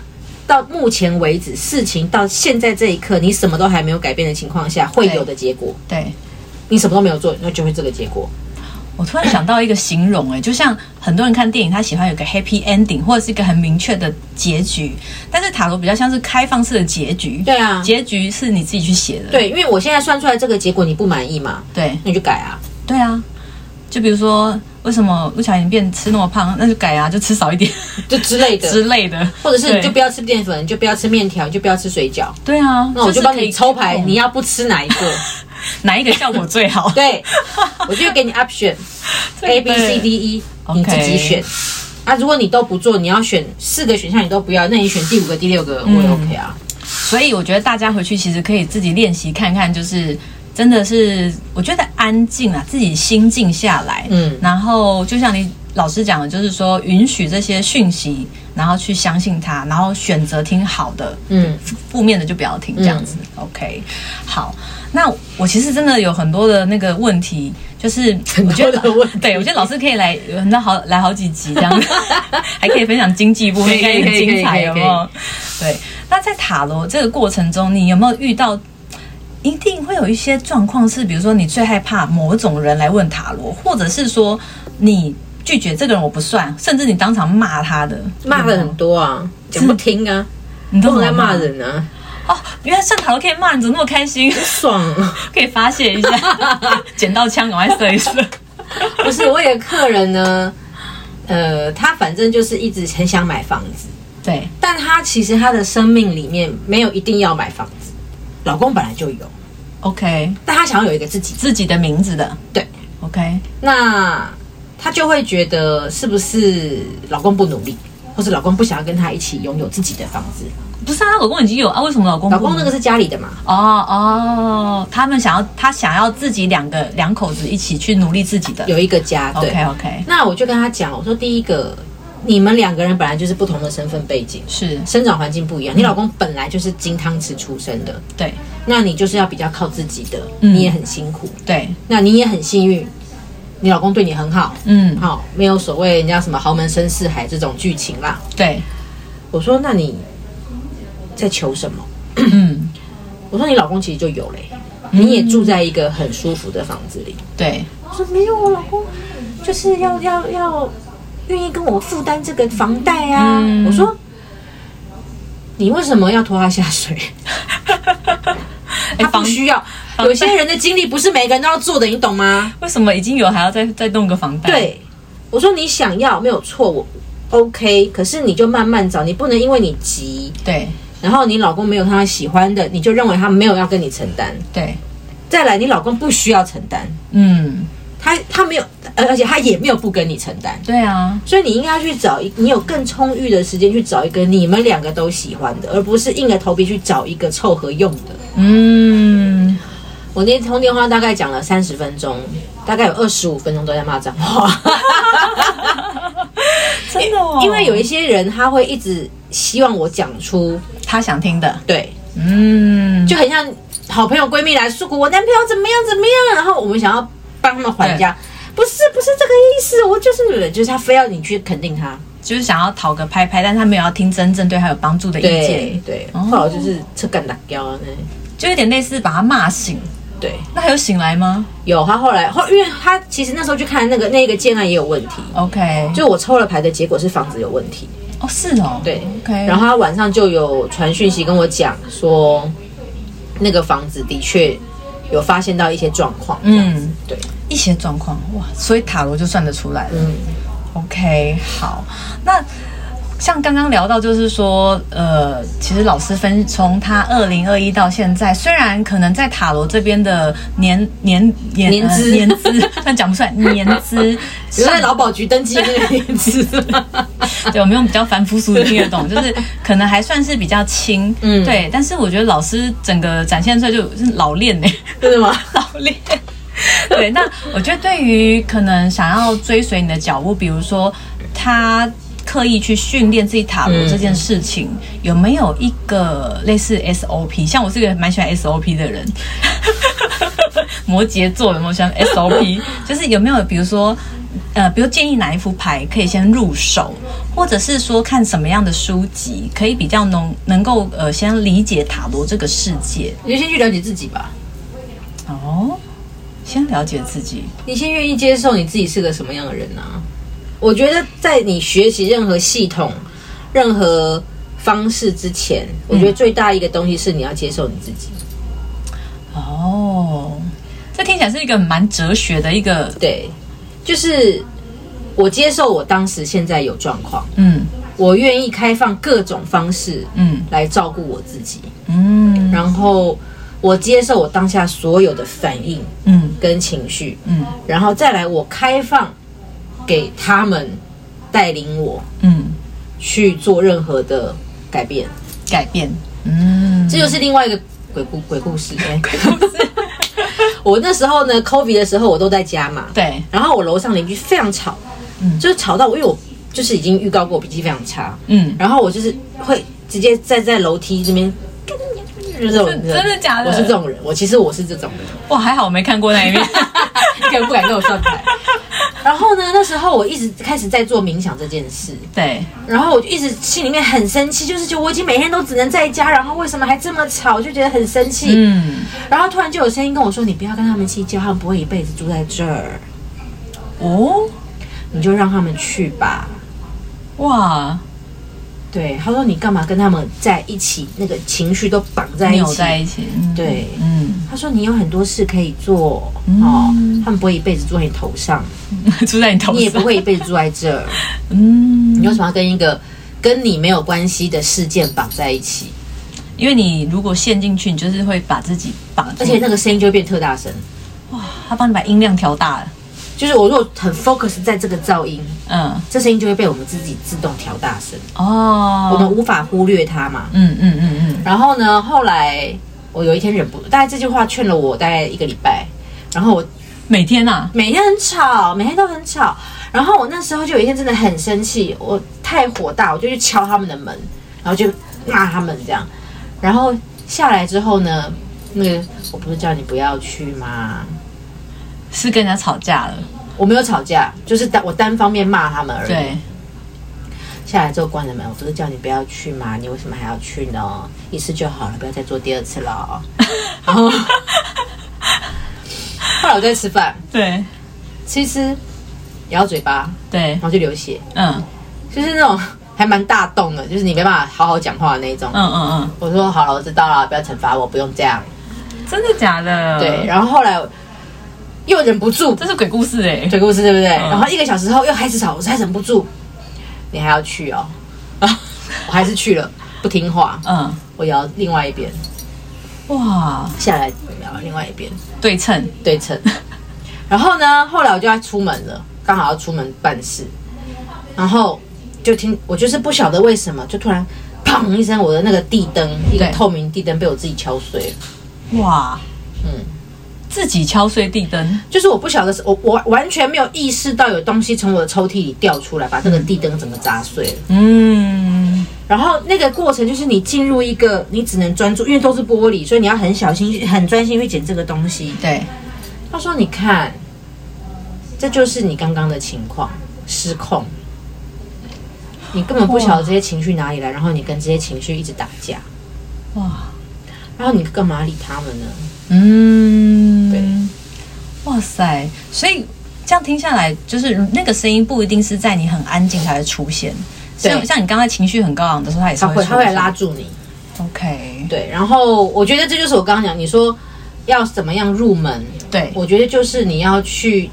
B: 到目前为止，事情到现在这一刻，你什么都还没有改变的情况下，会
A: 对
B: 有的结果，
A: 对，
B: 你什么都没有做，那就会这个结果。
A: 我突然想到一个形容、哎，就像很多人看电影，他喜欢有个 happy ending 或者是一个很明确的结局，但是塔罗比较像是开放式的结局，
B: 对啊，
A: 结局是你自己去写的，
B: 对，因为我现在算出来这个结果你不满意嘛，
A: 对
B: 那你就改啊。
A: 对啊，就比如说为什么陆小莹变吃那么胖，那就改啊，就吃少一点
B: 就之类 的，
A: 之类的，
B: 或者是你
A: 对
B: 就不要吃淀粉，你就不要吃面条，你就不要吃水饺。
A: 对啊，
B: 那我就是帮
A: 可以
B: 你抽牌，
A: 控
B: 你要不吃哪一个？？
A: 哪一个效果最好
B: 对，我就给你 option A
A: 对
B: B C D E，你
A: OK
B: 自己选。啊，如果你都不做，你要选四个选项，你都不要，那你选第五个、第六个，
A: 嗯
B: 我也 OK 啊。
A: 所以我觉得大家回去其实可以自己练习看看，就是真的是我觉得安静啊，自己心静下来，
B: 嗯
A: 然后就像你老师讲的，就是说允许这些讯息，然后去相信它，然后选择听好的，
B: 嗯，
A: 负面的就不要听，这样子。OK，好。那我其实真的有很多的那个问题，就是我觉得
B: 很多的问题
A: 对我觉得老师可以来，有很多好来好几集这样 子，还可以分享经济部
B: 可
A: 分，
B: 以
A: 应该也很精彩，
B: 可以可以
A: 有没有？对。那在塔罗这个过程中，你有没有遇到？一定会有一些状况是，比如说你最害怕某种人来问塔罗，或者是说你拒绝这个人我不算，甚至你当场骂他的，
B: 骂了很多啊，讲不听
A: 嗯
B: 啊，
A: 你都
B: 都
A: 很
B: 很爱骂人啊，
A: 哦。原来算塔罗可以骂人，怎么那么开心？
B: 爽啊。
A: 可以发泄 一下，捡到枪赶快射一射。
B: 不是，我有个客人呢，呃，他反正就是一直很想买房子，
A: 对
B: 但他其实他的生命里面没有一定要买房子，老公本来就有，
A: ，OK，
B: 但他想要有一个自己。
A: 自己的名字的
B: 对，
A: ，OK，
B: 那他就会觉得是不是老公不努力，或是老公不想要跟他一起拥有自己的房子？
A: 不是啊，她老公已经有啊，为什么老公不
B: 老公那个是家里的嘛？
A: 哦哦，他们想要他想要自己两个两口子一起去努力自己的
B: 有一个家，
A: 哦
B: 对。
A: ，OK OK，
B: 那我就跟他讲，我说第一个，你们两个人本来就是不同的身份背景，
A: 是
B: 生长环境不
A: 嗯
B: 一样。你老公本来就是金汤匙出生的，
A: 对
B: 那你就是要比较靠自己的，
A: 嗯
B: 你也很辛苦，
A: 对，
B: 那你也很幸运，你老公对你很好，
A: 嗯
B: 好、没有所谓人家什么豪门深似海这种剧情啦。
A: 对，
B: 我说那你在求什么？
A: 嗯
B: 我说你老公其实就有嘞、你也住在一个很舒服的房子里。
A: 对，
B: 我说没有，我老公就是要要要愿意跟我负担这个房贷啊。
A: 嗯
B: 我说你为什么要拖他下 水？
A: 哎
B: 他不需要。
A: 房
B: 有些人的经历不是每个人都要做的，你懂吗？
A: 为什么已经有还要再再弄个房贷？，
B: 对，我说你想要没有错，我 OK，可是你就慢慢找，你不能因为你急，
A: 对
B: 然后你老公没有他喜欢的，你就认为他没有要跟你承担。
A: 对，
B: 再来，你老公不需要承担，
A: 嗯，
B: 他他没有，呃而且他也没有不跟你承担，
A: 对啊，
B: 所以你应该去找一，你有更充裕的时间去找一个你们两个都喜欢的，而不是硬着头皮去找一个凑合用的。
A: 嗯，
B: 我那通电话大概讲了三十分钟，大概有二十五分钟都在骂脏话。
A: 真的哦，
B: 因为有一些人他会一直希望我讲出，
A: 他想听的，
B: 对，
A: 嗯，
B: 就很像好朋友闺蜜来诉苦，我男朋友怎么样怎么样，然后我们想要帮他们还价，不是不是这个意思，我就是女人，就是他非要你去肯定他。
A: 就是想要讨个拍拍，但他没有要听真正对他有帮助的意见，
B: 对对，
A: 哦
B: 后来我就是车干打掉啊那，
A: 就有点类似把他骂醒。
B: 对。
A: 那还有醒来吗
B: 有，他后来后，因为他其实那时候去看那个那个建案也有问题，
A: ？OK，
B: 就我抽了牌的结果是房子有问题，
A: 哦是哦，
B: 对
A: ，OK，
B: 然后他晚上就有传讯息跟我讲说，那个房子的确有发现到一些状况，嗯，
A: 嗯，
B: 对，
A: 一些状况哇，所以塔罗就算得出来了。
B: 嗯，
A: OK，好，那像刚刚聊到，就是说，呃，其实老师分从他二零二一到现在，虽然可能在塔罗这边的年年年
B: 年资
A: 呃、年资， 但讲不出来年 资
B: 比如
A: 上
B: 在劳保局登记的那个 年资，
A: 对，我们用比较凡夫俗子听得懂，就是可能还算是比较轻，
B: 嗯
A: 对。但是我觉得老师整个展现出来就是老练呢、
B: 真的吗？
A: 老练。 对，那我觉得对于可能想要追随你的脚步，比如说他刻意去训练自己塔罗这件事情，有没有一个类似 SOP？像我是一个蛮喜欢 SOP 的人， 摩羯座有没有喜欢 SOP？就是有没有比如说，呃，比如建议哪一副牌可以先入手，或者是说看什么样的书籍可以比较能能够呃先理解塔罗这个世界
B: 你就先去了解自己吧，
A: 哦。先了解自己，
B: 你先愿意接受你自己是个什么样的人啊？我觉得在你学习任何系统、任何方式之前，
A: 嗯
B: 我觉得最大一个东西是你要接受你自己。
A: 哦，这听起来是一个蛮哲学的一个，
B: 对，就是我接受我当时现在有状况，
A: 嗯
B: 我愿意开放各种方式
A: 嗯
B: 来照顾我自己，
A: 嗯
B: 然后我接受我当下所有的反应
A: 嗯
B: 跟情绪，
A: 嗯
B: 然后再来我开放给他们带领我
A: 嗯，
B: 去做任何的改变。
A: 改变，嗯
B: 这就是另外一个鬼故鬼故事。哎 我那时候呢，COVID 的时候我都在家嘛，
A: 对，
B: 然后我楼上邻居非常吵，
A: 嗯
B: 就是吵到我，因为我就是已经预告过我脾气非常差，
A: 嗯，
B: 然后我就是会直接站在楼梯这边。就是这种人，
A: 真真的假的
B: 我是这种人，我其实我是这种 人，
A: 哇，还好我没看过那 一面，
B: 根本不敢跟我上台。 然后呢，那时候我一直开始在做冥想这件事，
A: 对，
B: 然后我就一直心里面很生气，就是就我已经每天都只能在家，然后为什么还这么吵，就觉得很生气。
A: 嗯，
B: 然后突然就有声音跟我说：“你不要跟他们计较，他们不会一辈子住在这儿，
A: 哦，
B: 你就让他们去吧。
A: 哇，”
B: 对，他说：“你干嘛跟他们在一起？那个情绪都绑在一
A: 扭
B: 起。
A: 在一起，嗯
B: 对
A: 嗯，”
B: 他说：“你有很多事可以做、哦，他们不会一辈子住在你头上，
A: 住在你 头上，
B: 你也不，会一辈子住在这儿。
A: 嗯，
B: 你为什么要跟一个跟你没有关系的事件绑在一起？
A: 嗯因为你如果陷进去，你就是会把自己绑住，
B: 而且那个声音就会变特大声。
A: 哇，他帮你把音量调大了，
B: 就是我如果很 focus 在这个噪音，
A: 嗯，
B: 这声音就会被我们自己自动调大声，我们
A: 哦，
B: 无法忽略它嘛。
A: 嗯嗯嗯
B: 然后呢，后来我有一天忍不住，大概这句话劝了我大概一个礼拜。然后我
A: 嗯，每天啊，
B: 每天很吵，每天都很吵。然后我那时候就有一天真的很生气，我太火大，我就去敲他们的门，然后就骂他们这样。然后下来之后呢，那个我不是叫你不要去吗？
A: 是跟人家吵架了，
B: 我没有吵架，就是单我单方面骂他们而已。
A: 对，
B: 下来之后关了门，我不是叫你不要去吗？你为什么还要去呢？一次就好了，不要再做第二次了哦。然后，后来我在吃饭，
A: 对
B: 吃一吃，咬嘴巴，
A: 对
B: 然，后就流血，
A: 嗯。
B: 就是那种还蛮大洞的，就是你没办法好好讲话的那一种。
A: 嗯嗯
B: 我说好了，我知道了，不要惩罚我，不用这样。
A: 嗯，真的假的？
B: 对，，然后后来又忍不住，
A: 这是鬼故事哎、
B: 鬼故事对不对？然后一个小时后又开始吵，我实在忍不住，你还要去哦，我还是去了，不听话。
A: 嗯，
B: 我摇另外一边，
A: 哇，
B: 下来摇另外一边
A: 对称，
B: 对称。然后呢，后来我就要出门了，刚好要出门办事，然后就听我就是不晓得为什么，就突然砰一声，我的那个地灯，一个
A: 对
B: 透明地灯被我自己敲碎了。
A: 哇，
B: 嗯，
A: 自己敲碎地灯，
B: 就是我不晓得是，我我完全没有意识到有东西从我的抽屉里掉出来，把这个地灯整个砸碎了。
A: 嗯，
B: 然后那个过程就是你进入一个，你只能专注，因为都是玻璃，所以你要很小心、很专心去捡这个东西。
A: 对，
B: 他说：“你看，这就是你刚刚的情况，失控。你根本不晓得这些情绪哪里来，然后你跟这些情绪一直打架，
A: 哇，
B: 然后你干嘛理他们呢？
A: 嗯，
B: 对，
A: 哇塞，所以这样听下来，就是那个声音不一定是在你很安静才会出现，
B: 对
A: 像像你刚才情绪很高昂的时候，它也是
B: 他
A: 会
B: 会
A: 出
B: 他会
A: 现
B: 拉住你，
A: ，OK，
B: 对。然后我觉得这就是我刚刚讲，你说要怎么样入门，
A: 对，
B: 我觉得就是你要去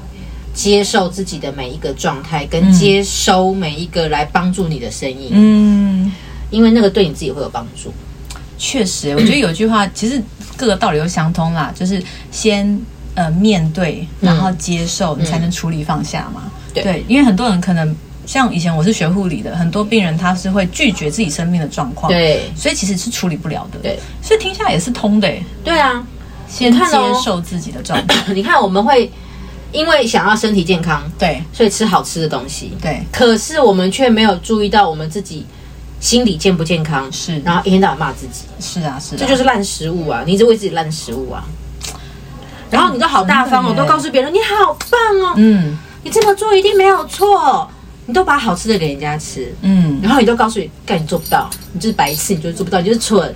B: 接受自己的每一个状态，跟
A: 嗯
B: 接收每一个来帮助你的声音，
A: 嗯，哦
B: 因为那个对你自己会有帮助。
A: 确实，我觉得有句话其实各个道理都相通啦，就是先呃面对，然后接受，你才能处理放下嘛。
B: 对
A: 因为很多人可能像以前我是学护理的，很多病人他是会拒绝自己生病的状况，，
B: 对
A: 所以其实是处理不了的。
B: 对，
A: 所以听下来也是通的、欸，
B: 对啊，
A: 先
B: 看哦
A: 接受自己的状态，
B: 你看我们会因为想要身体健康，
A: 对
B: 所以吃好吃的东西，
A: 对
B: 可是我们却没有注意到我们自己心理健不健康，
A: 是
B: 然后一天到晚骂自己，
A: 是啊是啊，
B: 这就是烂食物啊！你一直喂自己烂食物啊。然后你都好大方哦，
A: 真的
B: 都
A: 耶
B: 告诉别人你好棒哦，
A: 嗯
B: 你这么做一定没有错，哦你都把好吃的给人家吃，
A: 嗯，
B: 然后你都告诉你，干你做不到，你就是白痴，你就是做不到，你就是蠢。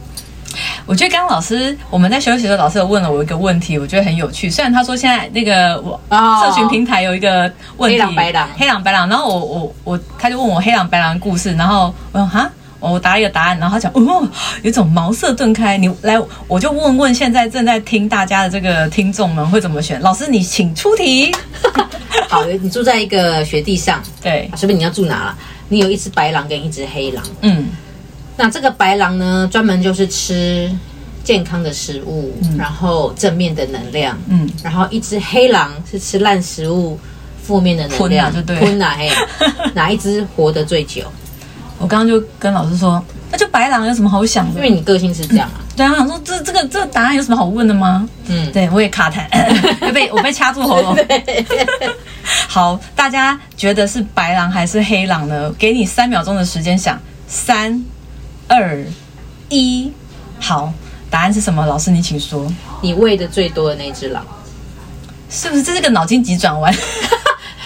A: 我觉得刚刚老师我们在休息的时候，老师有问了我一个问题，我觉得很有趣。虽然他说现在那个我
B: 哦
A: 社群平台有一个问题，
B: 黑狼白狼
A: 黑狼白狼。然后我我我，他就问我黑狼白狼的故事，然后我说哈，我答了一个答案，然后他讲哦，有一种茅塞顿开。你来，我就问问现在正在听大家的这个听众们会怎么选。老师，你请出题。
B: 好，你住在一个雪地上，
A: 对
B: 啊，，随便你要住哪啦，你有一只白狼跟一只黑狼。
A: 嗯
B: 那这个白狼呢，专门就是吃健康的食物，然后正面的能量。
A: 嗯，
B: 然后一只黑狼是吃烂食物，负面的能
A: 吞啊
B: 量，
A: 就对
B: 吞啊 嘿，哪一只活得最久？
A: 我刚刚就跟老师说，那就白狼有什么好想
B: 因
A: 的？
B: 为你个性是这样啊。
A: 对啊，我想说这这个这个答案有什么好问的吗？
B: 嗯，
A: 对，我也卡痰，我 被我被掐住喉 咙。好，大家觉得是白狼还是黑狼呢？给你三秒钟的时间想，三、二、一，好，答案是什么？老师，你请说，
B: 你喂的最多的那只狼，
A: 是不是这是个脑筋急转弯？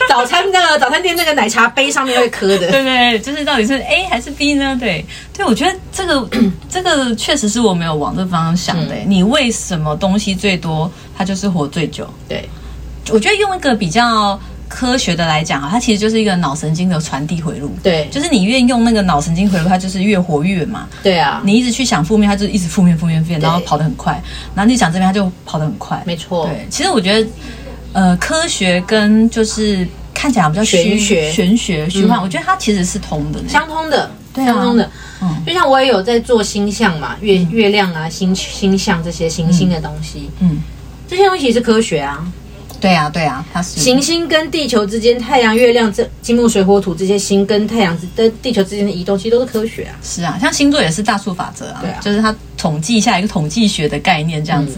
B: 早餐那个早餐店那个奶茶杯上面会磕的。
A: 对对对，就是到底是 A 还是 B 呢？对对，我觉得这个 这个确实是我没有往这方向想的、你为什么东西最多，它就是活最久？
B: 对，
A: 我觉得用一个比较科学的来讲啊，它其实就是一个脑神经的传递回路。
B: 对，
A: 就是你越用那个脑神经回路，它就是越活跃嘛。
B: 对啊，
A: 你一直去想负面，它就一直负面、负面、负面，
B: 对
A: 然后跑得很快。然后你想这边，它就跑得很快。
B: 没错。
A: 对，其实我觉得，呃，科学跟就是看起来比较虚
B: 玄学嗯
A: 玄学、虚幻，我觉得它其实是通的呢。
B: 相通的，
A: 对啊
B: 相通的。
A: 嗯
B: 就像我也有在做星象嘛，月月亮啊、星星象这些行星的东西，
A: 嗯，
B: 这些东西是科学啊。
A: 对啊，对啊，它是
B: 行星跟地球之间，太阳、月亮、这金木水火土这些星跟太阳之跟地球之间的移动，其实都是科学啊。
A: 是啊，像星座也是大数法则啊，
B: 对啊嗯
A: 就是它统计下一个统计学的概念这样子。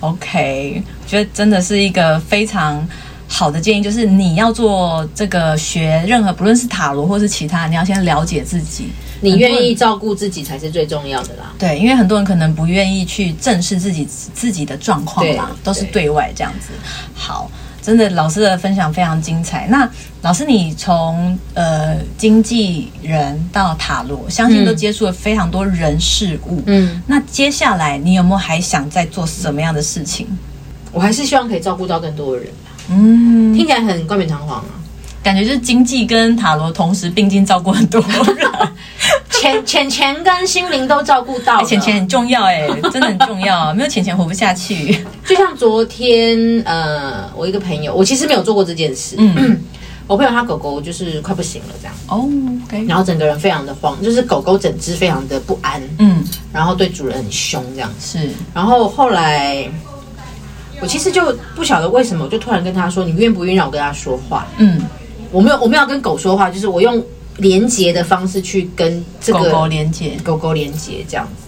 A: OK，觉得真的是一个非常好的建议，就是你要做这个学任何，不论是塔罗或是其他，你要先了解自己。
B: 你
A: 很多人
B: 愿意照顾自己才是最重要的啦。
A: 对，因为很多人可能不愿意去正视自己自己的状况啦
B: 对，
A: 都是
B: 对
A: 对外这样子。好，真的老师的分享非常精彩。那老师，你从呃经纪人到塔罗，相信都
B: 嗯
A: 接触了非常多人事物。
B: 嗯，
A: 那接下来你有没有还想再做什么样的事情？
B: 我还是希望可以照顾到更多的人，
A: 嗯，
B: 听起来很冠冕堂皇啊，
A: 感觉就是经济跟塔罗同时并进，照顾很多人。
B: 钱钱钱跟心灵都照顾到
A: 哎
B: 了。
A: 钱钱很重要哎、真的很重要，没有钱钱活不下去。
B: 就像昨天，呃，我一个朋友，我其实没有做过这件事。
A: 嗯
B: 我朋友他狗狗就是快不行了这样，
A: 哦，OK，
B: 然后整个人非常的慌，就是狗狗整只非常的不安，
A: 嗯，
B: 然后对主人很凶这样。
A: 是，
B: 然后后来，我其实就不晓得为什么，我就突然跟他说：“你愿不愿意让我跟他说话
A: 嗯，？”
B: 我没有，我没有跟狗说话，就是我用连接的方式去跟这个
A: 狗狗连接，
B: 狗狗连接这样子。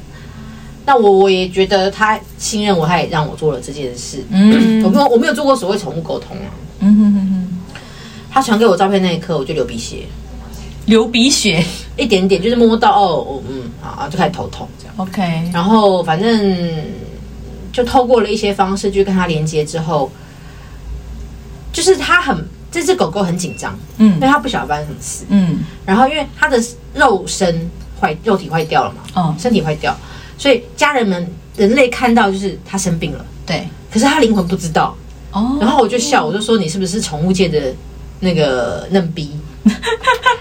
B: 那我我也觉得他信任我，他也让我做了这件事。
A: 嗯
B: 我没有我没有做过所谓宠物沟通啊。
A: 嗯哼哼哼，
B: 他传给我照片那一刻，我就流鼻血，
A: 流鼻血
B: 一点点就是摸到哦，我嗯好啊，就开始头痛这样。
A: ，OK，
B: 然后反正就透过了一些方式去跟他连接之后，就是他很这只狗狗很紧张，
A: 嗯
B: 因为它不晓得发生什么事。
A: 嗯，
B: 然后因为它的肉身坏，肉体坏掉了嘛，
A: 哦，
B: 身体坏掉，所以家人们人类看到就是它生病了，
A: 对，
B: 可是它灵魂不知道。
A: 哦，
B: 然后我就笑，我就说你是不是宠物界的那个嫩逼，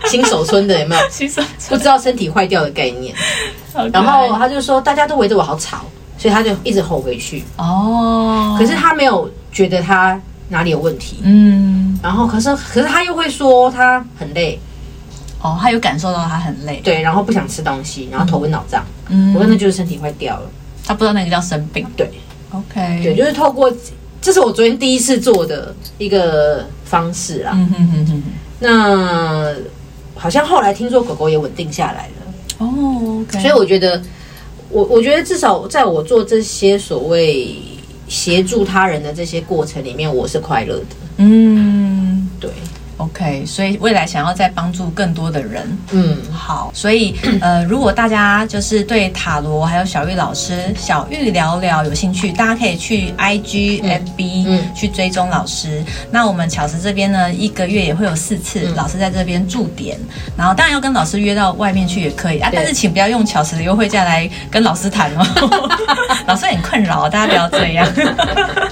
B: 新手村的有没有？
A: 其实
B: 不知道身体坏掉的概念。
A: 好可爱
B: 然后他就说大家都围着我好吵，所以他就一直吼回去。
A: 哦，
B: 可是他没有觉得他哪里有问题。
A: 嗯，
B: 然后可是可是他又会说他很累，
A: 哦，他有感受到他很累，
B: 对，然后不想吃东西，然后头昏脑胀。
A: 嗯
B: 我说那就是身体坏掉了。
A: 他不知道那个叫生病
B: 对
A: ，OK，
B: 对，就是透过这是我昨天第一次做的一个方式啦。
A: 嗯哼哼哼哼，
B: 那好像后来听说狗狗也稳定下来了。
A: 哦，OK，
B: 所以我觉得，我我觉得至少在我做这些所谓协助他人的这些过程里面，我是快乐的。
A: 嗯
B: 对，
A: ，OK，所以未来想要再帮助更多的人，
B: 嗯，
A: 好，所以呃，如果大家就是对塔罗还有小玉老师、小玉聊聊有兴趣，大家可以去 IG、FB、
B: 嗯
A: 去追踪老师。那我们巧思这边呢，一个月也会有四次、
B: 嗯
A: 老师在这边驻点，然后当然要跟老师约到外面去也可以啊，
B: 对
A: 但是请不要用巧思的优惠价来跟老师谈 哦，老师很困扰，大家不要这样。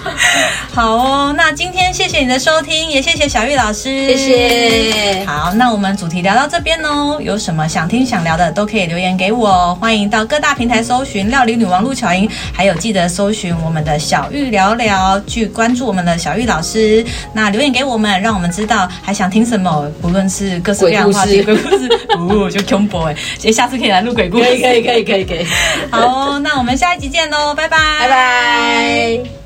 A: 好哦，那今天谢谢你的收听，也谢谢小玉老师，
B: 谢谢
A: 好，那我们主题聊到这边喽，有什么想听想聊的都可以留言给我哦，欢迎到各大平台搜寻“料理女王陆巧莹”，还有记得搜寻我们的小玉聊聊，去关注我们的小玉老师。那留言给我们，让我们知道还想听什么，不论是各式各样的话题、鬼
B: 鬼
A: 故事， 哦，就 c o m b o 哎，所以下次可以来录鬼故
B: 可以
A: 事。
B: 可以可以可以可以，
A: 哦好哦，那我们下一集见喽，拜拜，
B: 拜。拜。